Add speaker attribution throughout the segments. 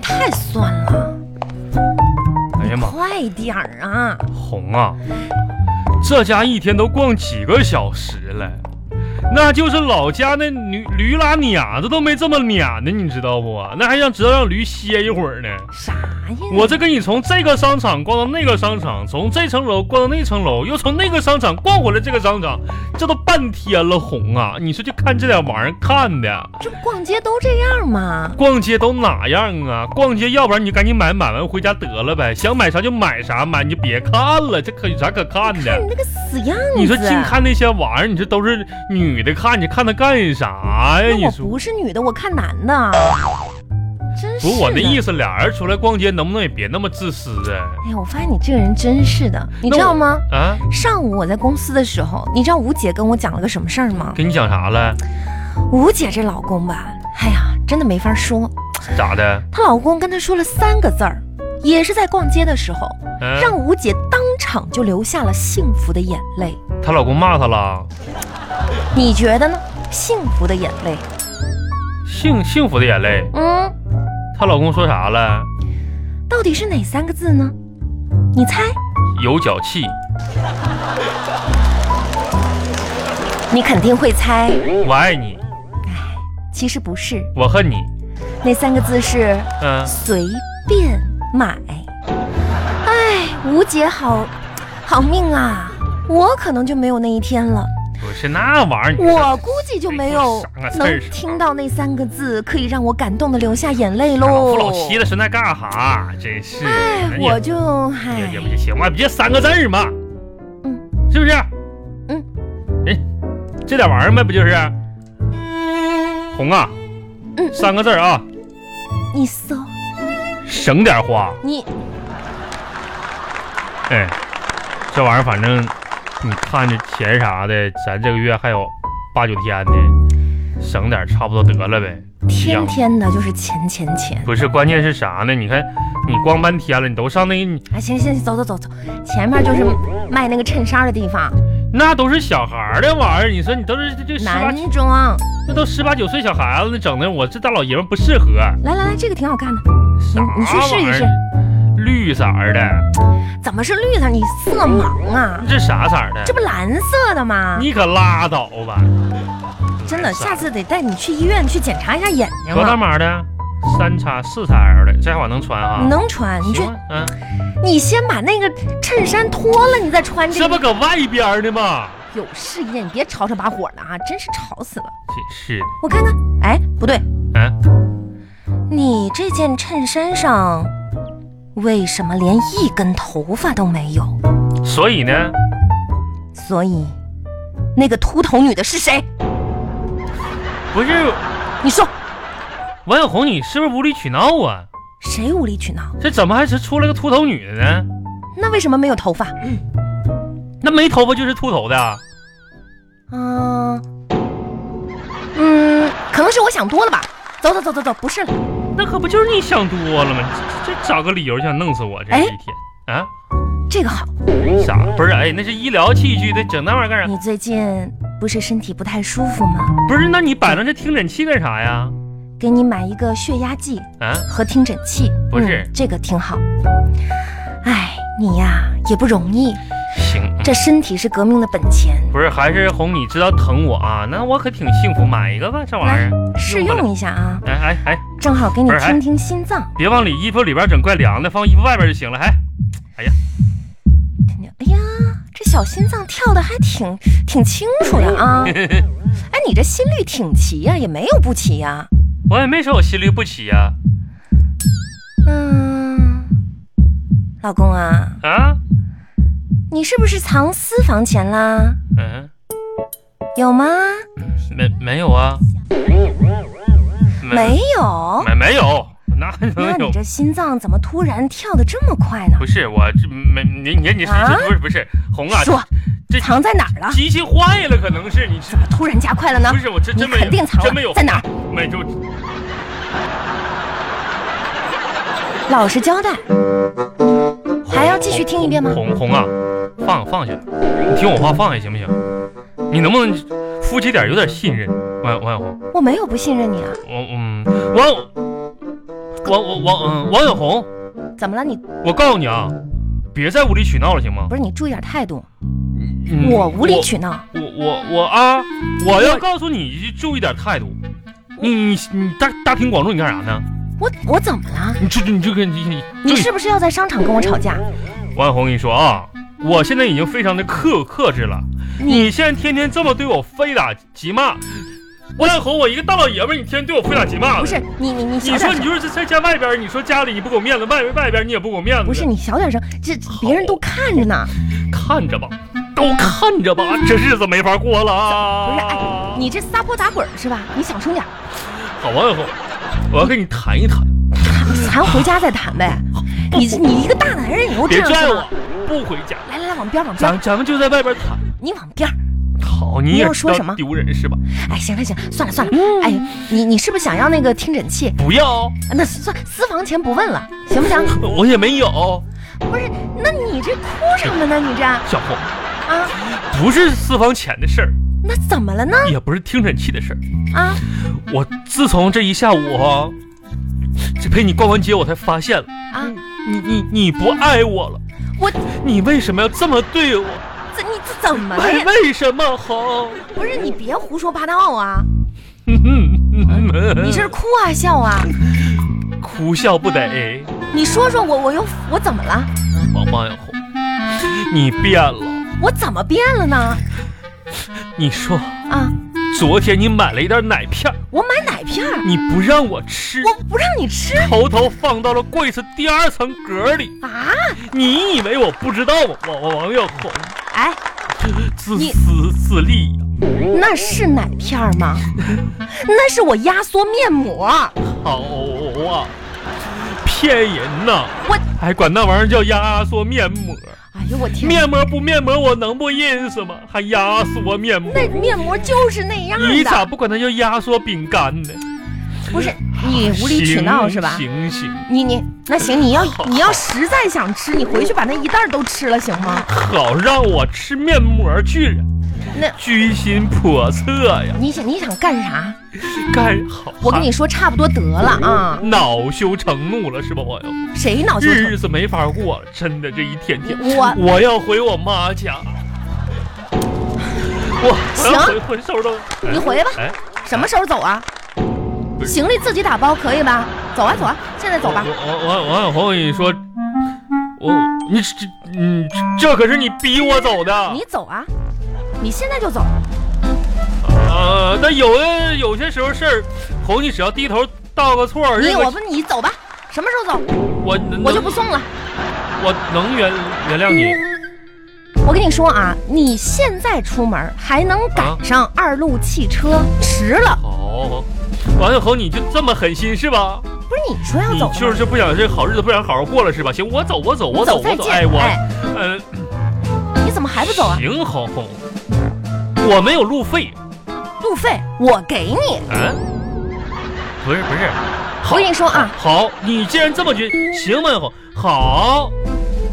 Speaker 1: 太酸了，
Speaker 2: 哎呀妈，
Speaker 1: 快点儿啊！
Speaker 2: 红啊，这家一天都逛几个小时了，那就是老家那驴驴拉撵子都没这么撵的，你知道不啊？那还想知道让驴歇一会儿呢。
Speaker 1: 啥呀？
Speaker 2: 我这跟你从这个商场逛到那个商场，从这层楼逛到那层楼，又从那个商场逛回来这个商场，这都半天了，红啊！你说就看这点玩意儿看的，
Speaker 1: 这逛街都这样吗？
Speaker 2: 逛街都哪样啊？逛街要不然你就赶紧买，买完回家得了呗，想买啥就买啥，买你就别看了，这可有啥可看
Speaker 1: 看
Speaker 2: 的
Speaker 1: 你？那个死样子！
Speaker 2: 啊
Speaker 1: 啊
Speaker 2: 你说净看那些玩意儿，你这都是女的看，你看她干啥呀？
Speaker 1: 那
Speaker 2: 哎你
Speaker 1: 我
Speaker 2: 说
Speaker 1: 不是女的，我看男的，真是
Speaker 2: 不是我的意
Speaker 1: 思。
Speaker 2: 思，俩人出来逛街能不能也别那么自私啊？
Speaker 1: 哎呀，我发现你这个人真是的，你知道吗？
Speaker 2: 啊，
Speaker 1: 上午我在公司的时候，你知道吴姐跟我讲了个什么事儿吗？
Speaker 2: 跟你讲啥了？
Speaker 1: 吴姐这老公吧，哎呀，真的没法说。
Speaker 2: 咋的？
Speaker 1: 她老公跟她说了三个字儿，也是在逛街的时候，
Speaker 2: 嗯、
Speaker 1: 让吴姐当场就流下了幸福的眼泪。
Speaker 2: 她老公骂她了，
Speaker 1: 你觉得呢？幸福的眼泪，
Speaker 2: 幸幸福的眼泪。
Speaker 1: 嗯，
Speaker 2: 她老公说啥了？
Speaker 1: 到底是哪三个字呢？你猜？
Speaker 2: 有脚气。
Speaker 1: 你肯定会猜，
Speaker 2: 我爱你，
Speaker 1: 其实不是，
Speaker 2: 我恨你。
Speaker 1: 那三个字是
Speaker 2: 嗯、
Speaker 1: 随便买。哎，吴姐好，好命啊！我可能就没有那一天了，
Speaker 2: 不是那玩意儿，你
Speaker 1: 我估计就没有
Speaker 2: 哎这
Speaker 1: 能
Speaker 2: 是啥
Speaker 1: 听到那三个字，可以让我感动的流下眼泪
Speaker 2: 老
Speaker 1: 喽
Speaker 2: 夫。老妻了，说那干啥？真是。
Speaker 1: 哎
Speaker 2: 那，你
Speaker 1: 我就哎
Speaker 2: 也，也不行嘛，别三个字儿嘛，
Speaker 1: 嗯，
Speaker 2: 是不是？
Speaker 1: 嗯，
Speaker 2: 哎，这点玩意儿呗，不就是？红啊，
Speaker 1: 嗯
Speaker 2: 三个字儿啊，
Speaker 1: 你搜
Speaker 2: 省点花。
Speaker 1: 你
Speaker 2: 哎，这玩意儿反正你看着钱啥的，咱这个月还有八九天呢，省点儿差不多得了呗。
Speaker 1: 天天的就是钱钱钱。
Speaker 2: 不是，关键是啥呢？你看你逛半天了，你都上那个，
Speaker 1: 啊，行行，行走走走走，前面就是卖那个衬衫的地方，
Speaker 2: 那都是小孩儿的玩意儿。你说你都是这这十八
Speaker 1: 男，装。
Speaker 2: 那都十八九岁小孩子，那整的我这大老爷们儿不适合。
Speaker 1: 来来来，这个挺好看的，
Speaker 2: 啥
Speaker 1: 你去试一
Speaker 2: 玩意儿
Speaker 1: 试，
Speaker 2: 绿色儿的，
Speaker 1: 怎么是绿色？你色盲啊？
Speaker 2: 这啥色儿的
Speaker 1: 这？不蓝色的吗？
Speaker 2: 你可拉倒吧！
Speaker 1: 真的，
Speaker 2: 蓝色
Speaker 1: 下次得带你去医院去检查一下眼睛啊
Speaker 2: 多大
Speaker 1: 了。
Speaker 2: 码的？三叉四叉 L 的，这还我能穿啊？
Speaker 1: 你能穿，你去
Speaker 2: 行，啊，嗯，
Speaker 1: 你先把那个衬衫脱了，你再穿这
Speaker 2: 这不
Speaker 1: 个。
Speaker 2: 搁外边儿呢吗？
Speaker 1: 有事业，你别吵吵把火的啊！真是吵死了。
Speaker 2: 真是的，
Speaker 1: 我看看，哎，不对，
Speaker 2: 嗯，
Speaker 1: 你这件衬衫上为什么连一根头发都没有？
Speaker 2: 所以呢，
Speaker 1: 所以，那个秃头女的是谁？
Speaker 2: 不是
Speaker 1: 你说
Speaker 2: 王小红，你是不是无理取闹啊？
Speaker 1: 谁无理取闹？
Speaker 2: 这怎么还是出了个秃头女的呢？
Speaker 1: 那为什么没有头发？
Speaker 2: 那没头发就是秃头的啊，
Speaker 1: 嗯，嗯，可能是我想多了吧。走走走走走，不是了。
Speaker 2: 那可不就是你想多了吗？这这这找个理由想弄死我，这
Speaker 1: 哎
Speaker 2: 一天啊，
Speaker 1: 这个好，
Speaker 2: 啥不是？哎，那是医疗器具，那整那玩意儿干啥？
Speaker 1: 你最近不是身体不太舒服吗？
Speaker 2: 不是，那你摆弄这听诊器干啥呀？
Speaker 1: 给你买一个血压计
Speaker 2: 啊，
Speaker 1: 和听诊器。
Speaker 2: 不是
Speaker 1: 嗯这个挺好。哎，你呀也不容易，
Speaker 2: 行，
Speaker 1: 这身体是革命的本钱，
Speaker 2: 不是，还是红，你知道疼我啊？那我可挺幸福，买一个吧，这玩意儿。
Speaker 1: 试
Speaker 2: 用不了
Speaker 1: 用一下啊，
Speaker 2: 哎哎哎，
Speaker 1: 正好给你
Speaker 2: 不是哎
Speaker 1: 听听心脏。
Speaker 2: 别往里衣服里边整，怪凉的，放衣服外边就行了。还、
Speaker 1: 哎呀，这小心脏跳的还挺挺清楚的啊！哎，你这心率挺齐呀、也没有不齐呀、
Speaker 2: 我也没说我心律不齐呀、
Speaker 1: 嗯，老公啊，
Speaker 2: 啊。
Speaker 1: 你是不是藏私房钱啦？
Speaker 2: 嗯，
Speaker 1: 有吗？
Speaker 2: 没没有啊？
Speaker 1: 没有。
Speaker 2: 没没有，那
Speaker 1: 那
Speaker 2: 能
Speaker 1: 你
Speaker 2: 有？
Speaker 1: 这心脏怎么突然跳的这么快呢
Speaker 2: 不？是我这没你你你是
Speaker 1: 啊
Speaker 2: 不是不是红啊？
Speaker 1: 说
Speaker 2: 这
Speaker 1: 藏在哪儿了？
Speaker 2: 机器坏了，可能是你是
Speaker 1: 突然加快了呢
Speaker 2: 不？是我真
Speaker 1: 你
Speaker 2: 真没有
Speaker 1: 肯定藏
Speaker 2: 真没有
Speaker 1: 了，在哪儿？
Speaker 2: 没就
Speaker 1: 老实交代。还要继续听一遍吗？
Speaker 2: 红红啊，放放下，你听我话放下行不行？你能不能夫妻点有点信任？王王小红，
Speaker 1: 我没有不信任你啊，
Speaker 2: 我嗯我王王王嗯王小红，
Speaker 1: 怎么了你？
Speaker 2: 我告诉你啊，别再无理取闹了，行吗
Speaker 1: 不？是你注意点态度，
Speaker 2: 嗯
Speaker 1: 我无理取闹。
Speaker 2: 我我我啊！我要
Speaker 1: 我
Speaker 2: 告诉你，注意点态度。你你你大大庭广众，你干啥呢？
Speaker 1: 我我怎么了？
Speaker 2: 你这你这个你你
Speaker 1: 你
Speaker 2: 这
Speaker 1: 是不是要在商场跟我吵架？
Speaker 2: 王小红，我跟你说啊，我现在已经非常的克克制了。你现在天天这么对我非打即骂，王小红，我一个大老爷们儿，你天天对我非打即骂的
Speaker 1: 不是你你你小点
Speaker 2: 你说
Speaker 1: 声
Speaker 2: 你。就是在家外边儿，你说家里你不给我面子，外外边儿你也不给我面子。
Speaker 1: 不是你小点声，这这别人都看着呢。
Speaker 2: 看着吧，都看着吧，
Speaker 1: 嗯
Speaker 2: 这日子没法过了啊！
Speaker 1: 不是哎，你这撒泼打滚儿是吧？你小声哎点儿，
Speaker 2: 好王小红，我要跟你谈一谈，嗯
Speaker 1: 咱回家再谈 呗。你你一个大男人，以后这
Speaker 2: 别
Speaker 1: 样
Speaker 2: 拽
Speaker 1: 是
Speaker 2: 我
Speaker 1: 吗？，
Speaker 2: 不回家，
Speaker 1: 来来来，往边儿往边儿，
Speaker 2: 咱咱们就在外边谈。
Speaker 1: 你往边儿。
Speaker 2: 好，
Speaker 1: 你
Speaker 2: 你也
Speaker 1: 要说
Speaker 2: 知道
Speaker 1: 什么
Speaker 2: 丢人是吧？
Speaker 1: 哎，行了行了，算了算了。
Speaker 2: 嗯
Speaker 1: 哎，你你是不是想要那个听诊器？
Speaker 2: 不要，
Speaker 1: 那算私房钱不问了，行不行？
Speaker 2: 我也没有。
Speaker 1: 不是，那你这哭什么呢？你这啊，
Speaker 2: 小红，不是私房钱的事儿，
Speaker 1: 那怎么了呢？
Speaker 2: 也不是听诊器的事儿。
Speaker 1: 啊，
Speaker 2: 我自从这一下午啊，这陪你逛完街，我才发现了，
Speaker 1: 啊，
Speaker 2: 你你你不爱我了。
Speaker 1: 我
Speaker 2: 你为什么要这么对我？
Speaker 1: 这你这怎么了
Speaker 2: 为
Speaker 1: 哎呀？
Speaker 2: 为什么红？
Speaker 1: 不是你别胡说八道啊！
Speaker 2: 你
Speaker 1: 你这 是哭啊笑啊？
Speaker 2: 哭笑不得，哎
Speaker 1: 你说说我我又我怎么了？
Speaker 2: 王八小红，你变了。
Speaker 1: 我怎么变了呢？
Speaker 2: 你说
Speaker 1: 啊，
Speaker 2: 昨天你买了一袋奶片儿，
Speaker 1: 我买奶片儿，
Speaker 2: 你不让我吃，
Speaker 1: 我不让你吃
Speaker 2: 偷偷放到了柜子第二层格里。
Speaker 1: 啊！
Speaker 2: 你以为我不知道吗？王王王小红，
Speaker 1: 哎，
Speaker 2: 自
Speaker 1: 你
Speaker 2: 私自利呀。
Speaker 1: 那是奶片儿吗？ 那是我压缩面膜。
Speaker 2: 好啊，骗人呐！
Speaker 1: 我
Speaker 2: 还管那玩意儿叫压缩面膜，
Speaker 1: 哎呦我天！
Speaker 2: 面膜不面膜，我能不认识吗？还压缩面膜，
Speaker 1: 那面膜就是那样
Speaker 2: 你咋
Speaker 1: 的，
Speaker 2: 不管它叫压缩饼干呢？
Speaker 1: 不是你无理取闹是吧？
Speaker 2: 啊行行，
Speaker 1: 你你那行，你要
Speaker 2: 好
Speaker 1: 你要实在想吃，你回去把那一袋儿都吃了行吗？
Speaker 2: 好让我吃面膜去，
Speaker 1: 那
Speaker 2: 居心叵测呀！
Speaker 1: 你想你想干啥？
Speaker 2: 干好，
Speaker 1: 我跟你说差不多得了啊，
Speaker 2: 恼羞成怒了是吧？我又
Speaker 1: 谁恼羞成
Speaker 2: 日子没法过了，真的这一天天，
Speaker 1: 怒？我
Speaker 2: 我要回我妈家。我我要
Speaker 1: 行
Speaker 2: 回回收的，
Speaker 1: 你回吧
Speaker 2: 哎，
Speaker 1: 什么时候走啊？
Speaker 2: 不是
Speaker 1: 行李自己打包可以吧？走啊走啊，现在走吧
Speaker 2: 我。我我王小红，我跟你说，我你这嗯，这可是你逼我走的。
Speaker 1: 你走啊，你现在就走。
Speaker 2: 呃，但有的有些时候事儿，红你只要低头道个错儿，
Speaker 1: 你
Speaker 2: 认
Speaker 1: 我
Speaker 2: 个
Speaker 1: 问你走吧，什么时候走？
Speaker 2: 我能
Speaker 1: 我就嗯不送了。
Speaker 2: 我能原原谅你。
Speaker 1: 我跟你说啊，你现在出门还能赶上
Speaker 2: 啊
Speaker 1: 二路汽车，迟了。
Speaker 2: 好，王小红，你就这么狠心是吧？
Speaker 1: 不是你说要
Speaker 2: 你
Speaker 1: 走的
Speaker 2: 就
Speaker 1: 吗？
Speaker 2: 是不想这好日子不想好好过了是吧？行，我走，我走，
Speaker 1: 你
Speaker 2: 我走，
Speaker 1: 再
Speaker 2: 我走。
Speaker 1: 见。
Speaker 2: 哎，我
Speaker 1: 哎，
Speaker 2: 嗯，
Speaker 1: 你怎么还不走啊？
Speaker 2: 行，红红，我没有路费。
Speaker 1: 路费我给你。
Speaker 2: 嗯，不是不是，
Speaker 1: 我
Speaker 2: 好
Speaker 1: 跟你说啊，
Speaker 2: 好，你既然这么决，行，王小红，好，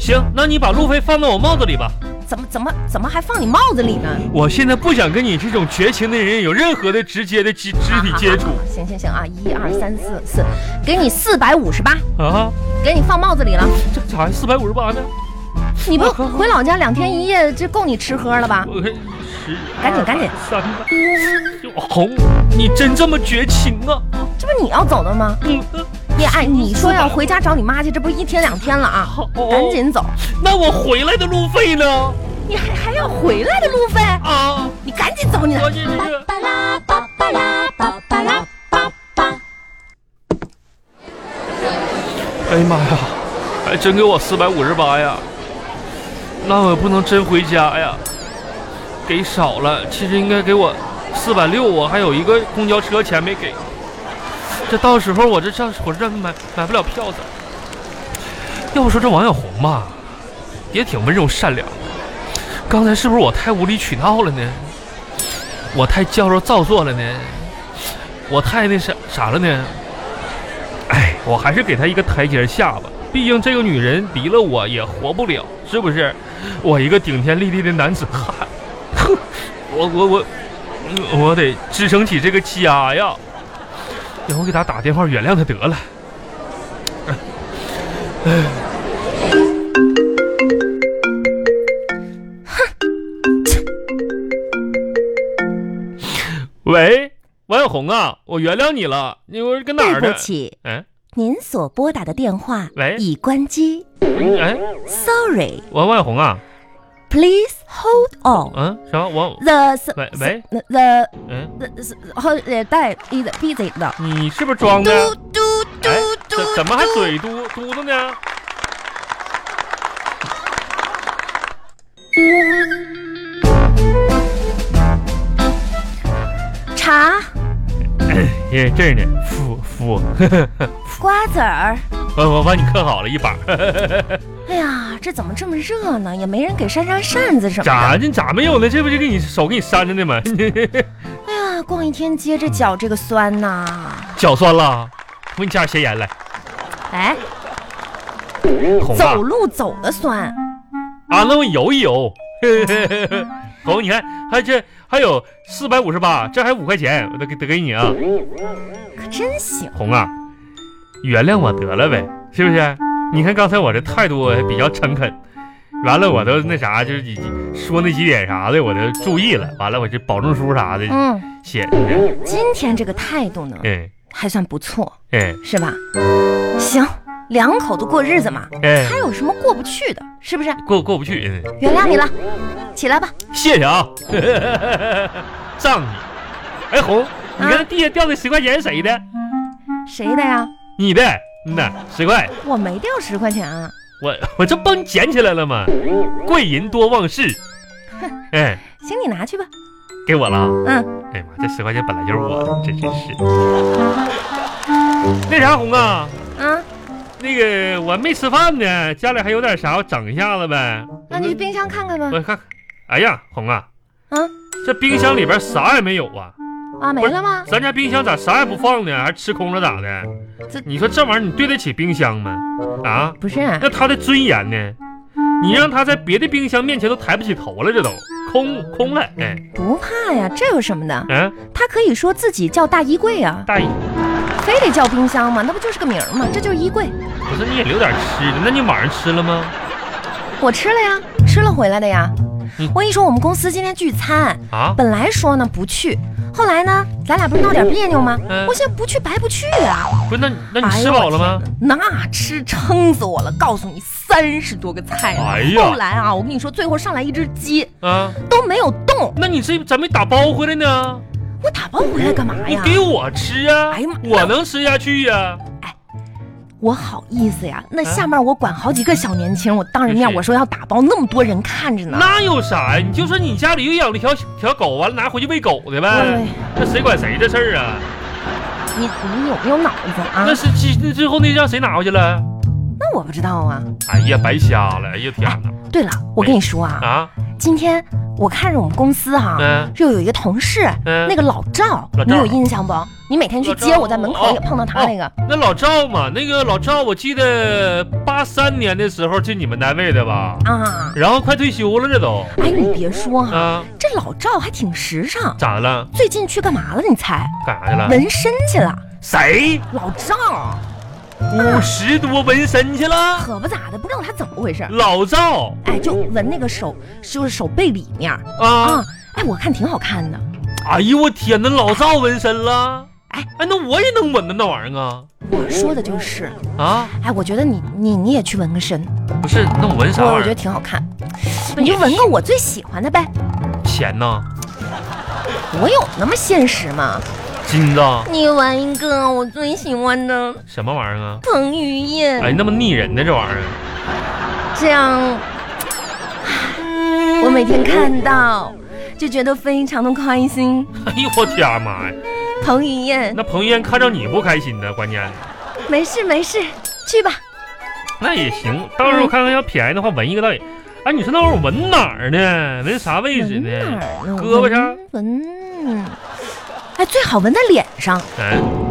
Speaker 2: 行，那你把路费放到我帽子里吧。
Speaker 1: 怎么怎么怎么还放你帽子里呢？
Speaker 2: 我现在不想跟你这种绝情的人有任何的直接的肢肢体 接触
Speaker 1: 啊好好好好行行行啊，一二三四四，给你四百五十八，
Speaker 2: 啊！
Speaker 1: 给你放帽子里了。
Speaker 2: 这咋还四百五十八呢？
Speaker 1: 你不回老家两天一夜，这够你吃喝了吧？
Speaker 2: 我看十，
Speaker 1: 赶紧赶紧，
Speaker 2: 三百，红，你真这么绝情啊？
Speaker 1: 这不你要走的吗？
Speaker 2: 嗯，
Speaker 1: 你哎，你说要回家找你妈去，这不一天两天了啊
Speaker 2: 好哦？
Speaker 1: 赶紧走，
Speaker 2: 那我回来的路费呢？
Speaker 1: 你还还要回来的路费？
Speaker 2: 啊，
Speaker 1: 你赶紧走，你
Speaker 2: 我这这这。
Speaker 3: 巴拉巴巴拉巴巴拉巴巴。
Speaker 2: 哎呀妈呀，还真给我四百五十八呀！那我也不能真回家呀，给少了，其实应该给我四百六，我还有一个公交车钱没给。这到时候我这上火车站买买不了票子。要不说这王小红吧，也挺温柔善良的。刚才是不是我太无理取闹了呢？我太矫揉造作了呢？我太那啥啥了呢？哎，我还是给她一个台阶下吧。毕竟这个女人离了我也活不了，是不是？我一个顶天立地的男子汉，哼，我我我，嗯我得支撑起这个家呀。让我给她打电话原谅她得了。
Speaker 1: 哎
Speaker 2: 喂，王小红啊，我原谅你了，你我是跟哪
Speaker 1: 对
Speaker 2: 儿
Speaker 1: 不
Speaker 2: 的？
Speaker 1: 起，
Speaker 2: 嗯，
Speaker 1: 您所拨打的电话
Speaker 2: 喂
Speaker 1: 已关机。
Speaker 2: 哎，
Speaker 1: Sorry,
Speaker 2: 王王小红啊，
Speaker 1: please hold on.
Speaker 2: 嗯，什么？王，
Speaker 1: The
Speaker 2: 喂喂
Speaker 1: the the
Speaker 2: 嗯，
Speaker 1: the hold 呃 that is busy 的。
Speaker 2: 你是不是装的？
Speaker 1: 嘟嘟嘟
Speaker 2: 哎，
Speaker 1: 嘟
Speaker 2: 怎，怎么还
Speaker 1: 嘟？
Speaker 2: 嘴嘟嘟嘟呢？
Speaker 1: 茶、
Speaker 2: 耶，这儿呢，服 服，
Speaker 1: 瓜子儿。
Speaker 2: 我我帮你刻好了 一把。
Speaker 1: 哎呀，这怎么这么热呢？也没人给扇扇扇子什么的。
Speaker 2: 咋的？咋没有呢？这不就给你手给你扇着呢吗？
Speaker 1: 哎呀，逛一天街这脚这个酸呐！
Speaker 2: 脚酸了，我给你加点咸盐来。
Speaker 1: 哎，
Speaker 2: 红啊
Speaker 1: 走路走的酸，
Speaker 2: 啊，那我游一 游。红，你看，还这还有四百五十八，这还五块钱，我得给得给你啊。
Speaker 1: 可真行。
Speaker 2: 红啊，原谅我得了呗，是不是？你看刚才我这态度还比较诚恳，完了我都那啥，就是你你说那几点啥的，我都注意了。完了我这保证书啥的
Speaker 1: 嗯，
Speaker 2: 写着，
Speaker 1: 今天这个态度呢，
Speaker 2: 嗯
Speaker 1: 还算不错，
Speaker 2: 嗯
Speaker 1: 是吧？行，两口子过日子嘛，
Speaker 2: 嗯，
Speaker 1: 还有什么过不去的？是不是？
Speaker 2: 过过不去，嗯。
Speaker 1: 原谅你了，起来吧。
Speaker 2: 谢谢啊， 仗义。哎，红，你看地下掉那十块钱是谁的？
Speaker 1: 谁的呀？
Speaker 2: 你的，嗯呐，十块，
Speaker 1: 我没掉十块钱啊。
Speaker 2: 我我这不帮你捡起来了吗？贵人多忘事，哎，
Speaker 1: 行，你拿去吧。
Speaker 2: 给我了啊。
Speaker 1: 嗯，
Speaker 2: 哎呀妈，这十块钱本来就是我的，这真是。那啥，红啊，
Speaker 1: 啊，
Speaker 2: 那个我没吃饭呢，家里还有点啥，我整一下子呗。
Speaker 1: 那你去冰箱看看吧。
Speaker 2: 我看，哎呀，红啊，
Speaker 1: 啊
Speaker 2: 这冰箱里边啥也没有啊。
Speaker 1: 啊，没了吗？
Speaker 2: 咱家冰箱咋啥也不放呢？还吃空了咋的？
Speaker 1: 这
Speaker 2: 你说这玩意儿你对得起冰箱吗？啊，
Speaker 1: 不是，
Speaker 2: 那他的尊严呢？你让他在别的冰箱面前都抬不起头了，这都空空了。哎，
Speaker 1: 不怕呀，这有什么的？
Speaker 2: 嗯、
Speaker 1: 他可以说自己叫大衣柜啊，
Speaker 2: 大姨，
Speaker 1: 非得叫冰箱吗？那不就是个名儿吗？这就是衣柜。
Speaker 2: 不是你也留点吃的？那你晚上吃了吗？
Speaker 1: 我吃了呀，吃了回来的呀
Speaker 2: 嗯。
Speaker 1: 我跟你说，我们公司今天聚餐，
Speaker 2: 啊，
Speaker 1: 本来说呢不去，后来呢，咱俩不是闹点别扭吗？
Speaker 2: 嗯
Speaker 1: 我现在不去白不去啊！
Speaker 2: 不是，那你那你
Speaker 1: 哎
Speaker 2: 吃
Speaker 1: 呦
Speaker 2: 饱了吗？？
Speaker 1: 我天哪那吃撑死我了！告诉你，三十多个菜呢。
Speaker 2: 哎呀
Speaker 1: 后来啊，我跟你说，最后上来一只鸡
Speaker 2: 啊，
Speaker 1: 都没有动，
Speaker 2: 那你这咋没打包回来呢？
Speaker 1: 我打包回来干嘛
Speaker 2: 你
Speaker 1: 哎呀？
Speaker 2: 给我吃啊！
Speaker 1: 哎呀妈
Speaker 2: 我能吃下去呀、
Speaker 1: 我好意思呀？那
Speaker 2: 啊
Speaker 1: 下面我管好几个小年轻，我当着
Speaker 2: 是
Speaker 1: 面我说要打包，那么多人看着呢。
Speaker 2: 那有啥呀？你就说你家里又养了条条狗，完了拿回去喂狗的呗
Speaker 1: 哎，
Speaker 2: 那谁管谁这事儿啊？
Speaker 1: 你你有没有脑子啊
Speaker 2: 那？是最那最后那让谁拿回去了？
Speaker 1: 那我不知道啊。
Speaker 2: 哎呀，白瞎了！哎呀天哪！
Speaker 1: 对了，我跟你说啊，
Speaker 2: 啊，
Speaker 1: 今天我看着我们公司哈、
Speaker 2: 嗯
Speaker 1: 又有一个同事，
Speaker 2: 嗯，
Speaker 1: 那个老赵
Speaker 2: 老，
Speaker 1: 你
Speaker 2: 赵
Speaker 1: 有印象不？你每天去
Speaker 2: 老赵
Speaker 1: 接我，在门口
Speaker 2: 哦
Speaker 1: 也碰到他那个。
Speaker 2: 那老赵嘛，那个老赵，我记得八三年的时候进你们单位的吧？
Speaker 1: 啊，
Speaker 2: 然后快退休了，这都
Speaker 1: 哎，你别说哈、
Speaker 2: 啊，
Speaker 1: 这老赵还挺时尚。
Speaker 2: 咋的了？
Speaker 1: 最近去干嘛了？你猜？
Speaker 2: 干啥去了？
Speaker 1: 纹身去了。
Speaker 2: 谁
Speaker 1: 老赵
Speaker 2: 五十多纹身去了？
Speaker 1: 可不咋的，不知道他怎么回事。
Speaker 2: 老赵
Speaker 1: 哎，就纹那个手，就是手背里面儿
Speaker 2: 啊
Speaker 1: 啊！。哎，我看挺好看的。
Speaker 2: 哎呦我天哪，老赵纹身了！
Speaker 1: 哎
Speaker 2: 哎，那我也能纹的那玩意儿啊
Speaker 1: 我说的就是，
Speaker 2: 啊！
Speaker 1: 哎，我觉得你你你也去纹个身，
Speaker 2: 不是，那我纹啥
Speaker 1: 我我
Speaker 2: 玩
Speaker 1: 觉
Speaker 2: 意
Speaker 1: 得
Speaker 2: 儿？
Speaker 1: 挺好看。你就纹个我最喜欢的呗，
Speaker 2: 钱呢？
Speaker 1: 我有那么现实吗？
Speaker 2: 金子？
Speaker 1: 你纹一个我最喜欢的
Speaker 2: 什么玩意儿啊？
Speaker 1: 彭于晏，
Speaker 2: 哎，那么腻人呢这玩意儿。
Speaker 1: 这样，唉我每天看到就觉得非常的开心。
Speaker 2: 哎呦我天妈呀！
Speaker 1: 彭于晏，
Speaker 2: 那彭于晏看着你不开心呢，关键
Speaker 1: 没事没事，去吧。
Speaker 2: 那也行，到时候看看要便宜的话纹一个倒也。哎，你说那玩意儿纹哪儿呢？纹啥位置
Speaker 1: 纹哪
Speaker 2: 呢？
Speaker 1: 儿呢？
Speaker 2: 胳膊上
Speaker 1: 纹。纹哎，最好纹在脸上，
Speaker 2: 嗯，